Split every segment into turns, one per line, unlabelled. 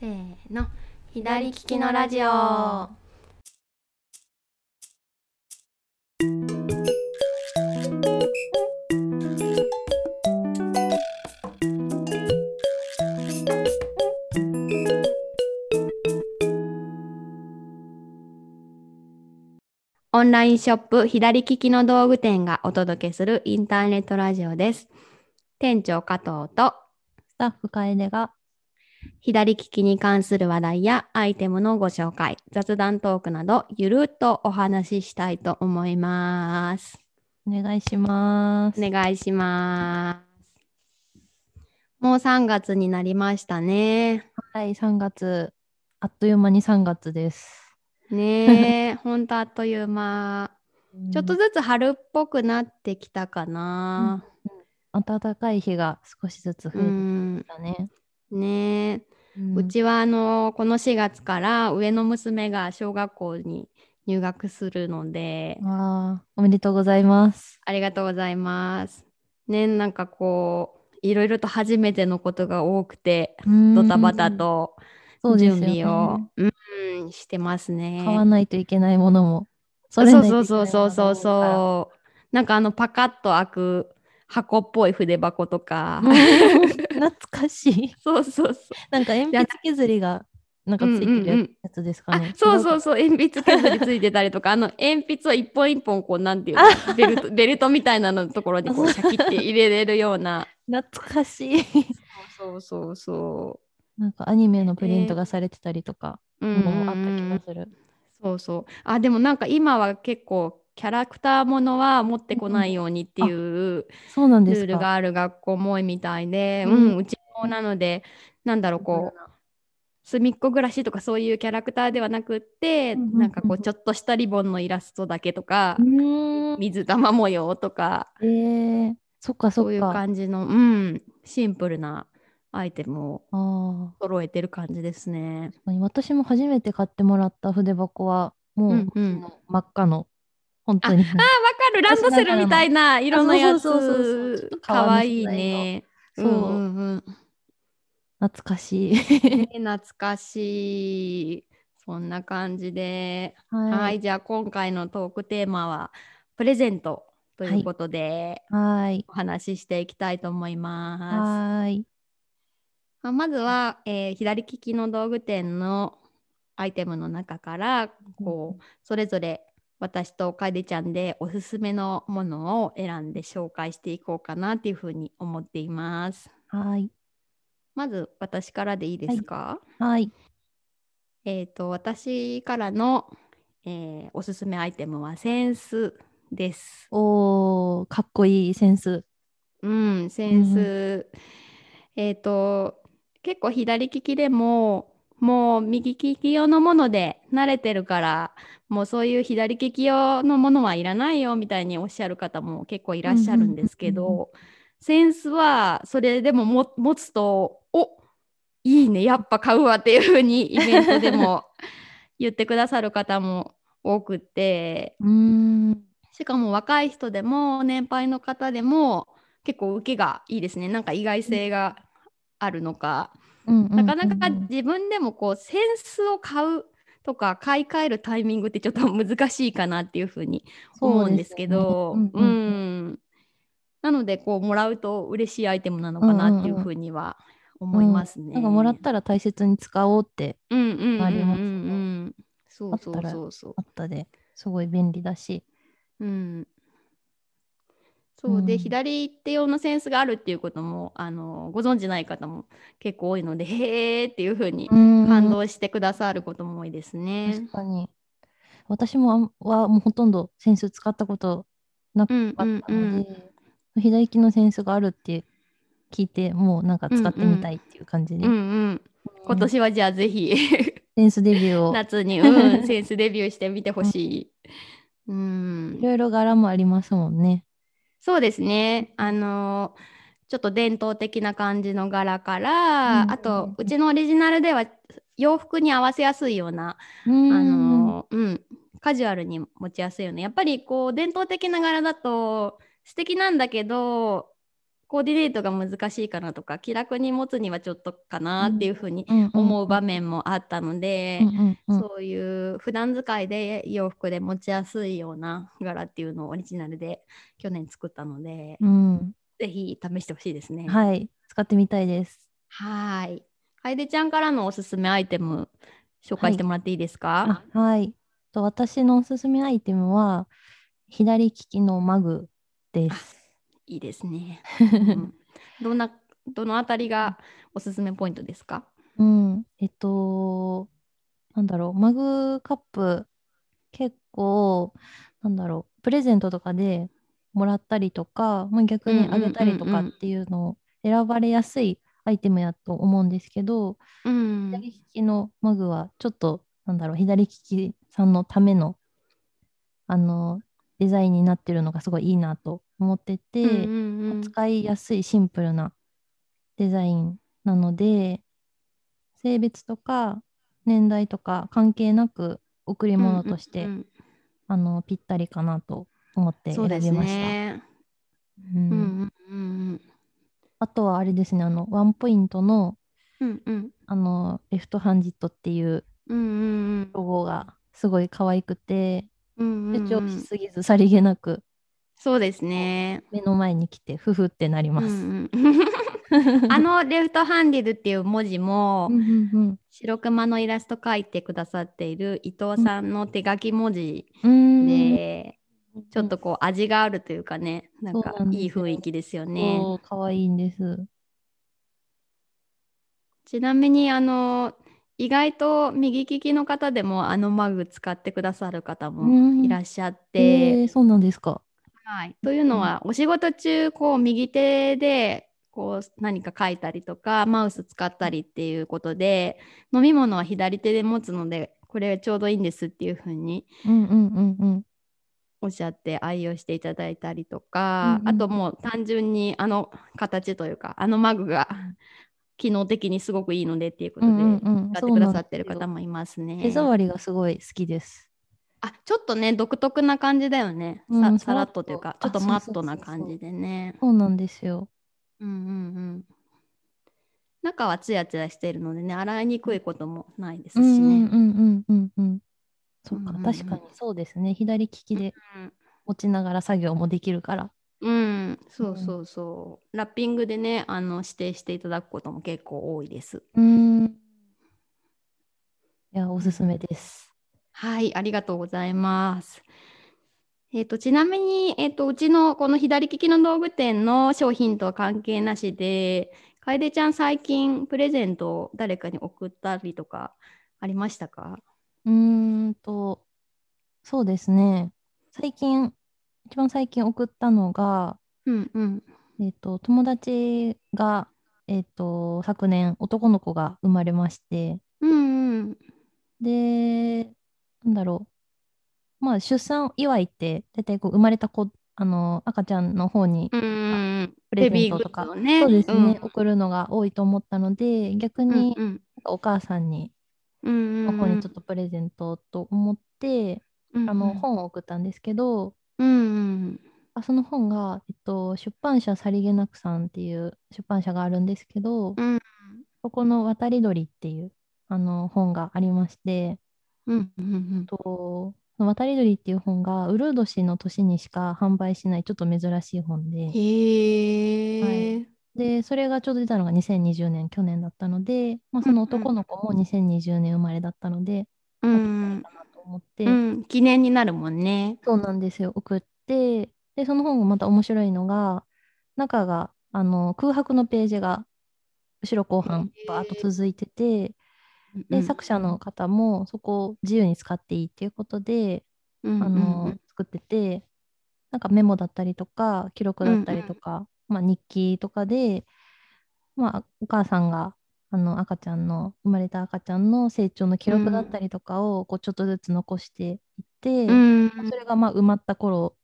せーの左利きのラジオオンラインショップ左利きの道具店がお届けするインターネットラジオです店長加藤と
スタッフ楓が
左利きに関する話題やアイテムのご紹介、雑談トークなどゆるっとお話ししたいと思います。
お願いします。
お願いします。もう3月になりましたね。
はい、3月、あっという間に3月です。
ねえ、ほんとあっという間。ちょっと
ず
ずつ春っぽくなってきたかな。
つ暖かい日が少しずつ増
う
えて
ん
き、たね。
ねえ、
う
うちはあのこの4月から上の娘が小学校に入学するので、
はおめでとうございます。
ありがとうございます。ね、なんかこう、いろいろと初めてのことが多くて、ドタバタと
そうで
準
すよね
備を、うん、してますね。
買わないといけないものも。
そう
揃えな
そ
いと
う
いけな
そう
いも
そ
の
うそう
も多
そ
いから
う。なんかあのパカッと開く箱っぽい筆箱とか、
懐かしい。
そうそうそう。
なんか鉛筆削りがなんかついて
うんうんう
る
ん
やつですか
あ
ね。
そうそううそう鉛筆削りついてたりとかあの鉛筆を一本一本こうなんていうのベルトベルトみたいなののところにこうシャキって入れれるよう な
懐かしい。
そうそうそ
なんかアニメのプリントがされてたりとか、
う。う
ものもあった気がする。
そうそう。あ、でもなんか今は結構キャラクターものは持ってこないようにっていう
そうなん
ル
です
ー
か。
ルがある学校も多いみたいで、
う
うんん、うちもなので、なんだろう、こう、隅っこ暮らしとかそういうキャラクターではなくって、
うんうんうん
なんかこう、ちょっとしたリボンのイラストだけとか
う、ーん。
水玉模様とか、
えー、そっかそっ
そ
か。
ういう感じの、うん、シンプルなアイテムを
あ
揃えてる感じですね。
あ、私も初めて買ってもらった筆箱は、もう、
うんうん
真っ赤の、本当に。
あわかるランドセルみたいな色のや
そうそうそうそうちょ
つ
っと
かわ
革の素材の
いいね。
そ
ん
う、
んうん
懐かしい。
ね懐かしいそんな感じで、はい、
はい。
じゃあ今回のトークテーマはプレゼントということで、
はい。
お話ししていきたいと思います。
はい。
あまずは、えー左利きの道具店のアイテムの中からこうそれぞれ私と楓ちゃんでおすすめのものを選んで紹介していこうかなっていうふうに思っています。
はい。
まず私からでいいですか、
はい。
えっ、と私からの、えーおすすめアイテムはセンスです。
おー、かっこいいセンス。
うん、センス。えっ、と、結構左利きでも、もう右利き用のもので慣れてるから、もうそういう左利き用のものはいらないよみたいにおっしゃる方も結構いらっしゃるんですけ
うんうんうん
ど、センスはそれでもも持つと、おいいね、やっぱ買うわっていうふうにイベントでも言ってくださる方も多くって、
うーん。
しかも若い人でも年配の方でも結構受けがいいですねなんか意外性があるのか、
な
なかなか自分でもこうセンスを買うとか買い替えるタイミングってちょっと難しいかなっていうふうに思うんですけど
そうですよねうんうん
うんなのでこうもらうと嬉しいアイテムなのかなっていうふうには思いますね。
なんかもらったら大切に使おうって
うんうんうんうんう
ありますね
んそうそうそうそう
あったですごい便利だし。
うん、そうで、
うん
左手用のセンスがあるっていうこともあのご存じない方も結構多いのでへーっていう風に感
感
動してくださることも多いですね
確。かに。私もあんはもうほとんどセンス使ったことな
う
か
ん
った
う
の
ん
で、
うん、
左利きのセンスがあるって聞いて、もうなんか使ってみたいっていう感じで、
うんうん、今年はじゃあぜひ
センスデビューを。
夏に、うん、センスデビューしてみてほしい。うん
い、ろいろ柄もありますもんね。
そうですね。あのちょっと伝統的な感じの柄から、
うん
あとうちのオリジナルでは洋服に合わせやすいような
あ
あのうん、カジュアルに持ちやすいよね。やっぱりこう伝統的な柄だと素敵なんだけどコーディネートが難しいかなとか気楽に持つにはちょっとかなっていうふうに
うんうん
思う場面もあったので、
うんうんうん
そういう普段使いで洋服で持ちやすいような柄っていうのをオリジナルで去年作ったので、
うん
ぜひ試してほしいですね。
はい使ってみたいです
はーい。楓ちゃんからのおすすめアイテム紹介してもらっていいですか
あ、はいと私のおすすめアイテムは左利きのマグです
い、いです ね。うんどんなどのあたりがおすすめポイントですか
うん、えっと、なんだろう、マグカップ、結構、なんだろう、プレゼントとかでもらったりとか、まあ、逆にあげたりとか
うんうんうんうん
っていうのを選ばれやすいアイテムやと思うんですけど、
うん
左利きのマグは、ちょっと、なんだろう、左利きさんのための、あの、デザインになってるのがすごいいいなと思ってて、
うん
使いやすいシンプルなデザインなので性別とか年代とか関係なく贈り物として、
うんうん
あのぴったりかなと思っ
う
て
ん
選
そうです
びました。
ね。
う
うんんうんうん
あとはあれですねあのワンポイントの
うんうん
あのレフトハンジットっていう
うんうん
ロゴがすごい可愛くて
うんうん
主
う
張
ん
しすぎずさりげなく
そうですね。
目の前に来てフフってなります。
うん うんあのレフトハンディルっていう文字も
うんうん
白熊のイラスト描いてくださっている伊藤さんの手書き文字
うん
で、ちょっとこう味があるというかね、なんか
そうなんですよ
いい雰囲気ですよね。
そう可愛いんです。
ちなみにあの意外と右利きの方でもあのマグ使ってくださる方もいらっしゃっ
うん
て。
えーそうなんですか。
はい、というのは、お仕事中こう右手でこう何か書いたりとかマウス使ったりっていうことで飲み物は左手で持つのでこれちょうどいいんですっていうふうに
うんうんうんうん。
おっしゃって愛用していただいたりとか、
うんうん
あともう単純にあの形というかあのマグが機能的にすごくいいのでっていうことで使ってくださってる方
も。
もいますね。
手触りがすごい好きです。
あちょっとね独特な感じだよね、
うん
さ
さ
さ
ら
ら
っ
っ
と
とというか
あ
ちょっと
そうそう
マ
そう
ッ
そ
ト
う
な感じでね。
そうなんですよ。
うんうんうん。中はツヤツヤしてるのでね、洗いにくいこともないですし
うんうん
ね。
うんうんうん。そっ
う
か、
んうんうん
確かにそうですね。左利きで
うん、
持ちながら作業もできるから。
うんそうそうそう。ラッピングでね、あの指定していただくことも結構多いです。
うん。いや、おすすめです。
はい、ありがとうございます。えっとちなみに、えっとうちのこの左利きの道具店の商品とは関係なしで、楓ちゃん最近プレゼントを誰かに送ったりとかありましたか
うーんと、そうですね。最近、一番最近送ったのが、
うんうん。
えっと、友達が、えっと、昨年男の子が生まれまして、
うんうん。
で、なんだろう。まあ、出産祝いって、大体こう生まれた子、あの、赤ちゃんの方に
うんうんうん。
プ
ベ
レゼ
ビー
ント
グッ
と
ズ
か、
をね。
そうです
ん
ね、送るのが多いと思ったので、逆
うん
に
うん
なんかお母さんに、
うん
ここにちょっ
と
とプレゼントと思って、あの、本を送ったんですけど、
うんうん
あ、その本が、えっと、出版社さりげなくさんっていう出版社があるんですけど、
うん
そこの渡り鳥っていう、あの、本がありまして、
うんうんうん
と、その渡り鳥っていう本が、ウルード氏の年にしか販売しない、ちょっと珍しい本で、
へえ
で、それがちょうど出たのが2020年、去年だったので、まあ、その男の子も2020年生まれだったので、
う
あぴったり
ん
かなと思って、
うん記念になるもんね
そうなんですよ、送って、で、その本がまた面白いのが、中が、あの、空白のページが、後ろ後半、バーっと続いてて、で、作者の方も、そこを自由に使っていいっていうことで、
あ
あの作っててなんかメモだったりとか記録だったりとか、まあ、日記とかで、まあ、お母さんがあの赤ちゃんの生まれた赤ちゃんの成長の記録だったりとかをこうちょっとずつ残していって、
うん
それがまあ埋まった頃、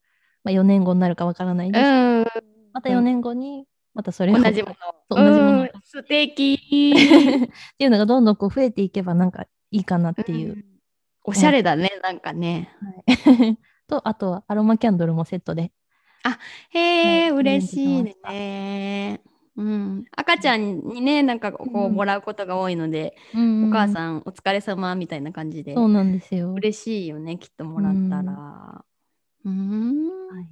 まあ、4年後になるかわからないです、
うん
また4年後にまたそれを
同じも
そう
の
同じもの
うん素敵
っていうのがどんどんこう増えていけばなんかいいかなっていう。
んおしゃれだねなんかね
とあとはアロマキャンドルもセットで
へえ、
はい
嬉しい
イベントしま
ね。うん、赤ちゃんにね、なんかこう
うん
もらうことが多いので、
うん
お母
ん。
さんお疲れ様みたいな感じで、
そうなんですよ。
嬉しいよね、きっともらったら。うん、
はい、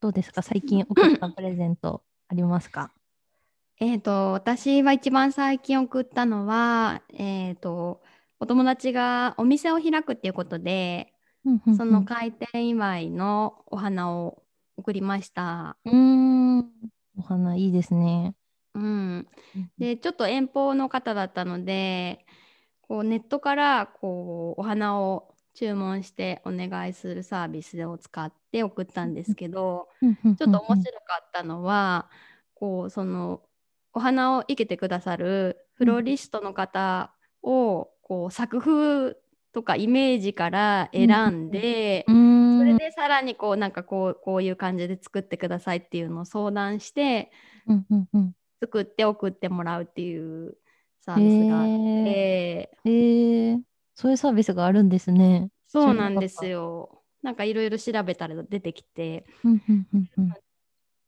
どうですか最近送ったプレゼントありますか
えっと、私は一番最近送ったのは、えっと、お友達がお店を開くっていうことで、その開店祝いのお花を送りました。
うーんお花いいですね。
うん、でちょっと遠方の方だったのでこうネットからこうお花を注文してお願いするサービスを使って送ったんですけどちょっと面白かったのはこうそのお花を生けてくださるフローリストの方をこう作風とかイメージから選んで
う。ん
それ
う
でさらにこうなんかこうこういう感じで作ってくださいっていうのを相談して
んうんうん
作って送ってもらうっていうサービスがあって、
えーそういうサービスがあるんですね。
そうなんですよ。なんかいろいろ調べたら出てきて
うんうんうんうん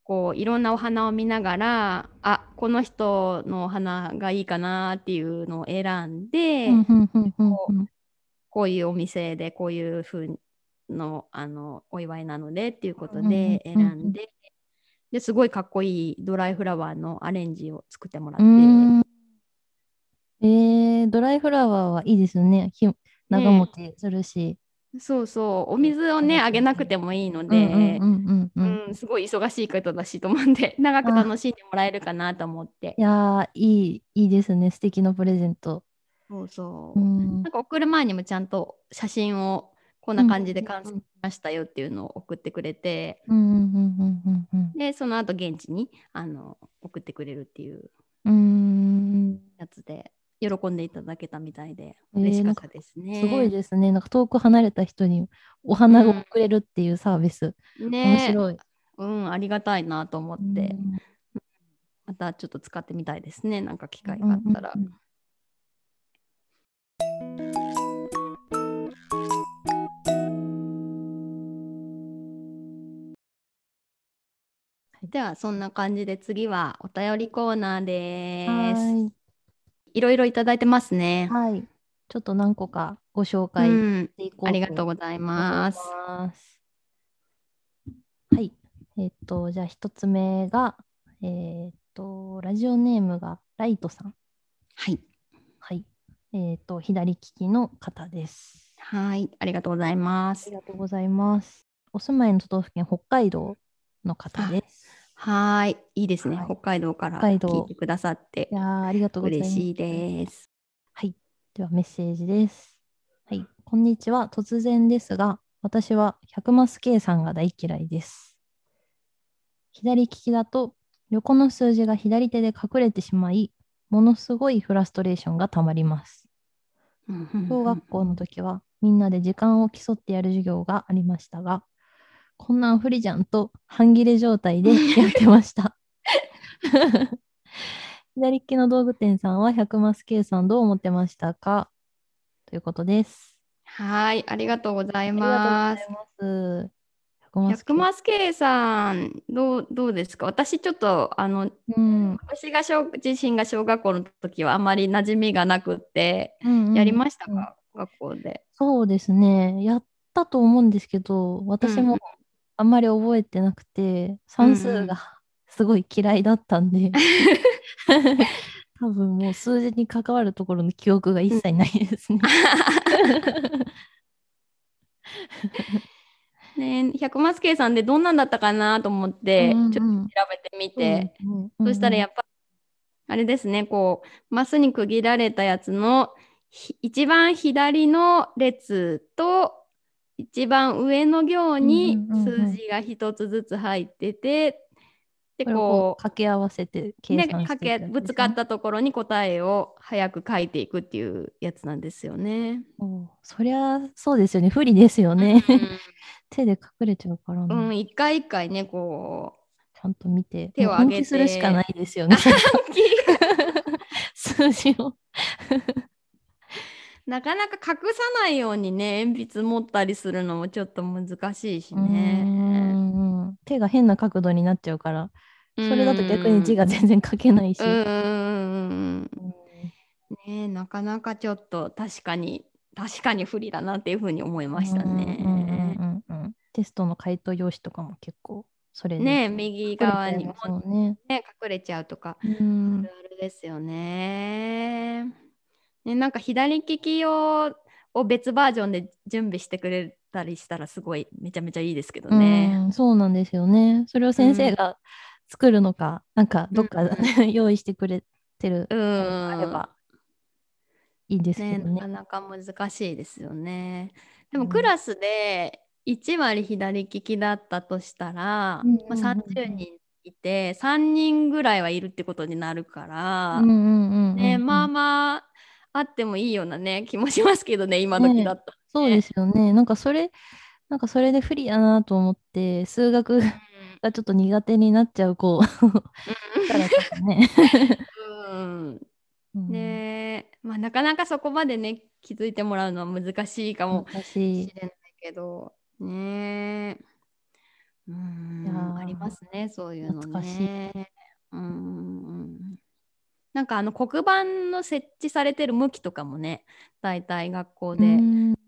こういろんなお花を見ながらあこの人のお花がいいかなっていうのを選んで、
うんうんうんうんうん
こういうお店でこういう風のあのお祝いなのでっていうこと
うんうん
で
う
選
んうん
んで。ですごいかっこいいドライフラワーのアレンジを作ってもらっ
う
て、
ーんえードライフラワーはいいですよね。ひ長持ちするし。
そうそうお水をねあげなくてもいいので、
うんうんうんうんうん
うん、すごい忙しい方だしと思って 長く楽しんでもらえるかなと思って
いやーいいいいですね素敵なプレゼント。
そうそう、
うん
なんか送る前にもちゃんと写真をこんな感じで完成
う
し
ん
ましたよっていうのを送ってくれて
うんうんうんうん
でその後現地にあの送ってくれるっていう
うん。う
やつで喜んでいただけたみたいで
えー
嬉しかったです
ー
ね
ん。すごいですね。なんか遠く離れた人にお花をくれるっていうサービス。面
ね
白い。
うんありがたいなと思って、
うん
またちょっと使ってみたいですねなんか機会があったら、
うんうん
ではそんな感じで次はお便りコーナー
うん
です。いろいろいただいてますね。
はいはい。ちょっと何個かご紹介
う
し
ん、
ていこう
ありがとう
ご
ござ
ざい
います。
ます。はい。えっと、じゃあ一つ目が、えっと、ラジオネームがライトさん。
はい、
はい。えっと、左利きの方です。
はい、ありがとうございま
あり
す。
がとうございます。お住まいの都道府県、北海道の方です。
はーい、いいですね。
はい
北海道から
北海道
聞いてくださって
いやーありがとうございま
嬉
す。
しいです。
ではメッセージです。はい、こんにちは。突然ですが、私は百マス K さんが大嫌いです。左利きだと横の数字が左手で隠れてしまい、ものすごいフラストレーションがたまります。
うんうんうん
小学校の時はみんなで時間を競ってやる授業がありましたが、こんなん不利じゃんと半切れ状 態でやってました。 左利きの道具店さんは100マス K さんどう思ってましたかということです。
はーい、ありがとうござい
ありが
ま
と
す。
うございます。
百マスケイさん、どうどうですか。私ちょっとあの
うん
私が小自身が小学校の時はあまり馴染みがなくって、
うんうん
やりましたか、学校で。
そうですね。やったと思うんですけど、私
う
も
ん
あんまり覚えてなくて、算数がすごい嫌いだった んで、多分もう数字に関わるところの記憶が一切ないで すね。
ね百マスケイさんでどんなんだったかなと思って、
うんうん
ちょっと調べてみて、
うん
そしたらやっぱりあれですねこうマスに区切られたやつのひ一番左の列と一番上の行に
うんうんうんうん
数字が一つずつ入ってて、
こ
で
れをこう
こう
掛け合わせて計
ね
算し
か
ていくや
け
つですね
ぶつかったところに答えを早く書いていくっていうやつなんですよね。
そうそりゃそうですよね。不利ですよね。
う
手で隠れちゃうからな、
ん、うん一回一回ねこ
ちゃんと見て、
手を
もう
上げて
暗記するしかないですよね。
う
数字を。
なかなか隠さないようにね鉛筆持ったりするのもちょっと難しいし
うー
ね。
ん手が変な角度になっちゃうから、それだと逆に字が全然書けないし。
うんうんうんうん
うん
うんねえなかなかちょっと確かに確かに不利だなっていうふうに思いました
うんうん
ね。
うんうんテストの回答用紙とかも結構それで
ねえ右
隠れち
側
ゃい
に
ま
も
すもんね。
ね隠れちゃうとか
うん
あるあるですよね。ね、なんか左利き用を別バージョンで準備してくれたりしたらすごいめちゃめちゃいいですけどね。
うん、そうなんですよね。それを先生が作るのか、なんかどっか、
うん
用意してくれてる
うん、
あればいいですけ
ね、
ど
なか
ね。
なか難しいですよね。で
う
も
ん
クラスで1割左利きだったとしたら、
うん
まあ、
うんうんうん
30人いて3人ぐらいはいるってことになるから、
うんうんうんうん
ね、まあまああってもいいようなね気もしますけどね今時だったら
そうですよね。なんかそれ、なんかそれで不利やなと思って、数学がちょっと苦手になっちゃう子 からとかね。
うん
うん
ねえ、まあ、なかなかそこまでね気づいてもらうのは難しいかも
難
し
しい。
れないけどねえう
いや
ん
ー
ありますねそういうの
懐かしい
ねうんなんかあの黒板の設置されてる向きとかもね大体学校で、
うんうん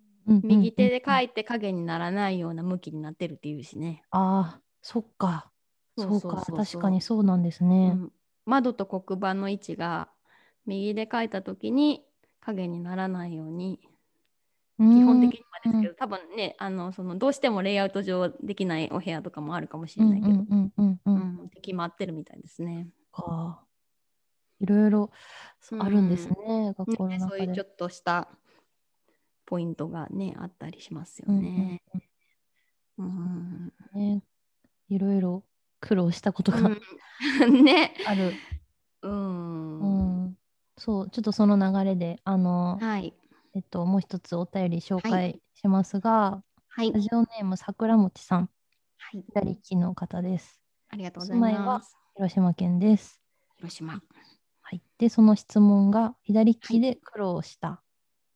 右手で書
い
いて影にならないような向きになってるっていうしね、
ああ、そっか。
そう
そ
そうう
か。
そう
確かにそうなんですね。
うん窓と黒板の位置が右で書いた時に影にならないように基本的にはですけど、多分ねあのそのどうしてもレイアウト上できないお部屋とかもあるかもしれないけど、
うんうんうんうんうん
うん決まってるみたいですね。
か。いろいろそうあるんですね、学校の
ね
中
そう
で。
いうちょっとしたポイントがねあったりしますよ
うんうん
ね。うん
ねいろいろ苦労したことが
ね、
ある。
う、
うんんそう、ちょっとその流れで、あの、
はい
えっと、もう一つお便り紹
は
介
い
しますが、
はい、
ラジオネーム桜餅さん、
はい、
左利きの方です。
ありがとうございます。
広島県です。
広島。
はい。で、その質問が、左利きで苦労した、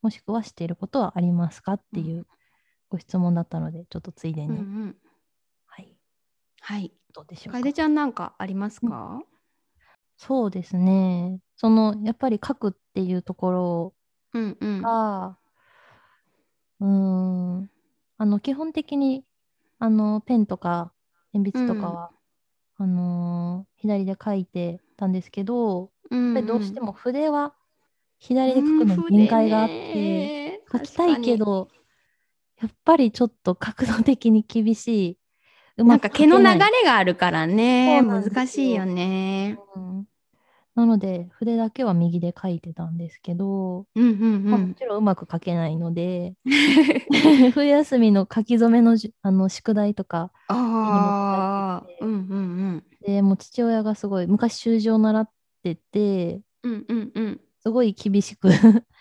もしくはしていることはありますかっていうご質問だったので、ちょっとついで
うんう
に。
ん、
はい。
はい。
どうでしょうか。
楓ちゃんなんかありますか？
そうですね。そのやっぱり書くっていうとこ
うんうん
ろ。が、うーん、あの基本的にあのペンとか鉛筆とかは、あのー左で書いてたんですけど、
うん
や
うん
っぱりどうしても筆は左で書くのに限界があって、書きたい
う
け。
ん筆ね
ど、やっぱりちょっと角度的に厳しい。う
なん
まく
か
書け
毛の流
ない
れがあるからね
そうなんですよ
難しいよね。
うんなので筆だけは右で書いてたんですけど、
うんう
まあも
ん
ちろんうまく書けないので
うん。
冬休みの書き初めのじあの宿題とか
あ あ。
う
うんうん
でもう父親がすごい昔習字を習ってて
うん。うんうんうん。
すごい厳しく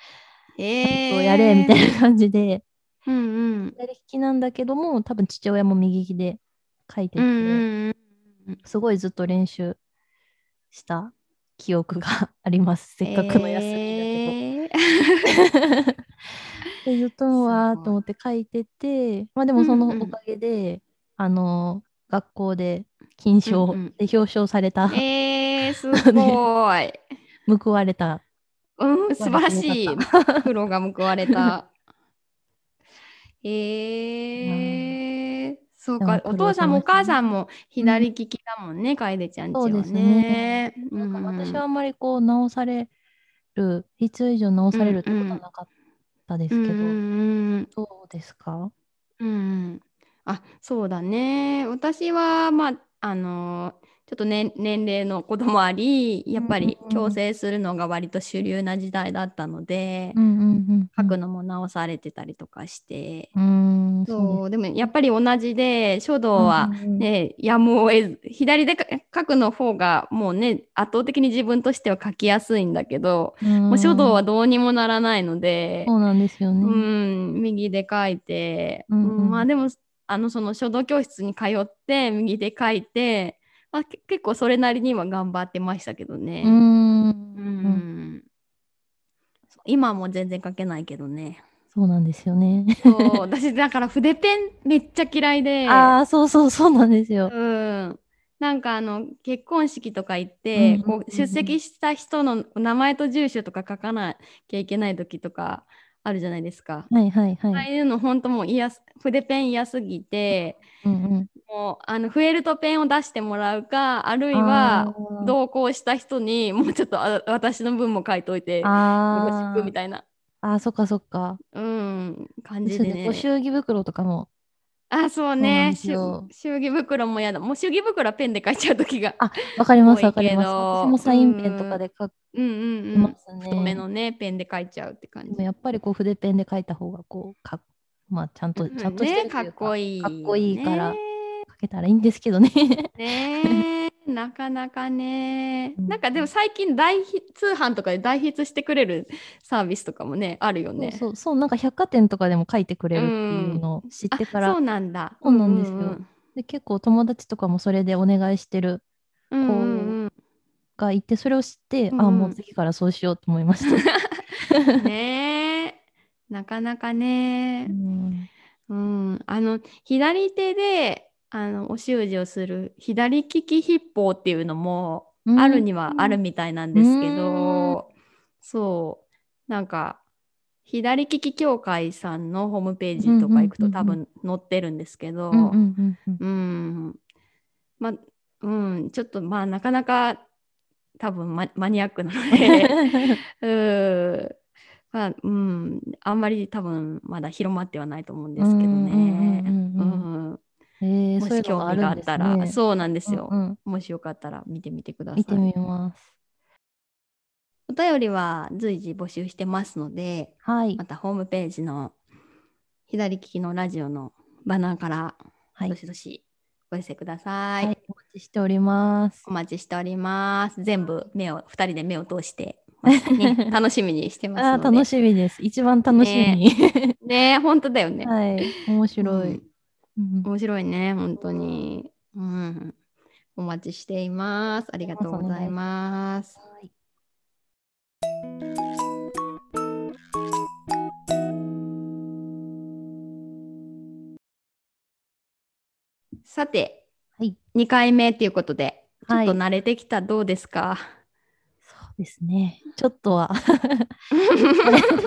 ええ。
やれみたいな感じで
な。うんうん。
左利きなんだけども多分父親も右利きで書いて
う
て、
んうんうん。
すごいずっと練習した記憶が ありますせっかくの休みだけど。
ええ
でずっとわ
すご
ー
い
と思って書いてて、まあ、でもその
うんうん
おかげで、あの学校で金賞
うんうん
で表彰された、
ええすごい。
報われた
うん、素晴らしい
よ。
苦労が報われた。えー、そう
でも
か、
苦労
お父さんもお
しましたね
母さんも左利きだもんね、楓ちゃんちは
そうです
ね
ね。
う
なん
ん
か私はあんまりこう直される必要以上直されるってことはなかったですけど、
うんうん
どうですか
うんうんあ、そうだね。私は、まあ、あのちょっとね、年齢の子供あり、やっぱり
うんうん
矯正するのが割と主流な時代だったので、
うんうんうん
書くのも直されてたりとかして、
うんうん
そううでもやっぱり同じで書道は
ですうんうんうん
ね、やむを得ず左でか書くの方がもうね圧倒的に自分としては書きやすいんだけど、もう書道はどうにもならないので
そうなんですよ
う
ね。
ん右で書いて、
うんうん
うんまあでもあのその書道教室に通って右で書いて、まあ、け結構それなりには頑張ってましたけど
う
ね。
ん
うん今はもう全然書けないけどね。
そうなんですよね。
そう、私だから筆ペンめっちゃ嫌いで、
ああ、そうそうそうなんですよ。
うん。なんかあの結婚式とか行って、
うんうんうん
こう出席した人の名前と住所とか書かなきゃいけない時とかあるじゃないですか。
はいはいは
ああ
い。
いうの本当もう嫌す筆ペン嫌すぎて
うんうん。
もうあのフェルトペンを出してもらうかあるいは
あー
同行した人にもうちょっとあ私の分も書いといてよろ
あ
しくみたいな、
あ、あーそっかそっか。
うん、感
で
じ
すよ
で
ね。
ね。
ご祝儀袋とかも。
あそう
そうなん
ね
ですよ
しゅ祝儀袋も嫌だもう祝儀袋はペンで書いちゃう時が
あわかります
多
わ
いけ
か
ど
ります。私もサインペンとかで書き
うんうんうん
ますね。
太めのねペンで書いちゃうって感
で
じ
もやっぱりこう筆ペンで書いた方がこうかまあちゃんとちゃんとしてるという
か,、ね、かっこ
いい
いい
かっこいいから
ね
書けたらいいんですけどね。
ねえなかなかね
うん
なんかでも最近大ヒ通販とかで代筆してくれるサービスとかもねあるよね
そうそうそうなんか百貨店とかでも書いてくれるっていうのを知っ
あ
てか
そ
ら
うなんだ
そうなんですよ
うん
で結構友達とかもそれでお願いしてる
うんうんうん
がいてそれを知って、
うんうん
あもう次からそうしようと思いました。
うんねえなかなかね
うん
うん、あの左手であのお習字をする左利き筆法っていうのも あるにはあるみたいなんですけど、そうなんか左利き協会さんのホームページとか行く
う
と
んうんうん
多分載ってるんですけど、
うんうんうんうん
うんまあうん、ちょっとまあなかなか多分ママニアックなので。 うーまあ、うん、あんまり多分まだ広まってはないと思うんですけどね。
うんうんうん
う
う
ん
えー、
も
そうい
し
う
興
のがあ
味
る
があ
ん
っ
です
たら、
ね。
そうなんですよ、
うんうん
もしよかったら見てみてください。
見てみます。
お便りは随時募集してますので、
はい
ま。たホームページの左利きのラジオのバナーから、
はい
どしどしお寄せください。
はい、お待ちしております
お。待ちしております。全部目を、二人で目を通 して、またね楽しみにしてます
あ
の
ー
で。
楽しみです。一番楽しみ。
ね本当だよね。
はい。面白
うん。
いうん
面白いね、本当に。うん。お待ちしています。ありがとうございます。
はい
さて、
はい
2回目っていうことで、ちょ
は
っ
い
と慣れてきた、どうです か
そうですね。ちょっと は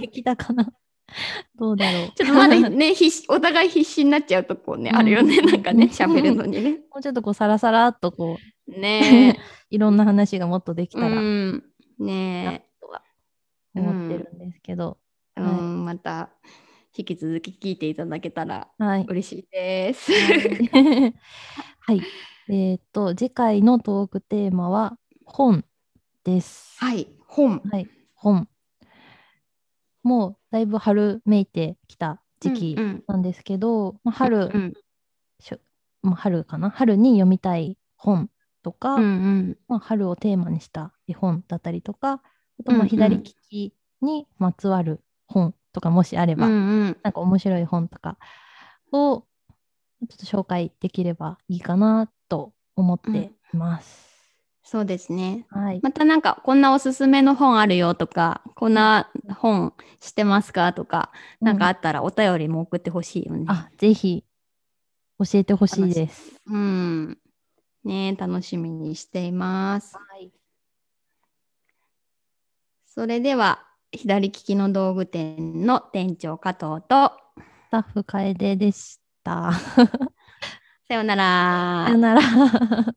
できたかな。どうだろう。
ちょっとま だね、必死お互い必死になっちゃうとこうね、
うん
あるよね、なんかね、
うん
喋るのに ね。
もうちょっとこうサラサラっとこう
ね
いろんな話がもっとでき
え。う。
たらなん
ね
とは思ってるんですけど、
え。う
はい
ん、また、引き続き聞いていただけたら
はい。
嬉しいです。
はい。えーっと次回のトークテーマは本です。
はい、本。
はい、本。もうだいぶ春めいてきた時期
うんうん
なんですけど、まあ、春、
うん
しょまあ、春かな春に読みたい本とか、
うんうん
まあ、春をテーマにした絵本だったりとかあとま
うんう
あ
ん
左利きにまつわる本とかもしあれ
う
ば、
んうん
なんか面白い本とかをちょっと紹介できればいいかなと思っています。
そうですね。
はい、
またなんかこんなおすすめの本あるよとかこんな本知ってますかとかなんかあったらお便りも送ってほしいよね。
あ、ぜひ教えてほしいです。
うん。ねえ楽しみにしています。
はい、
それでは左利きの道具店の店長加藤と
スタッフ楓でした。
さようなら
さよ。なら。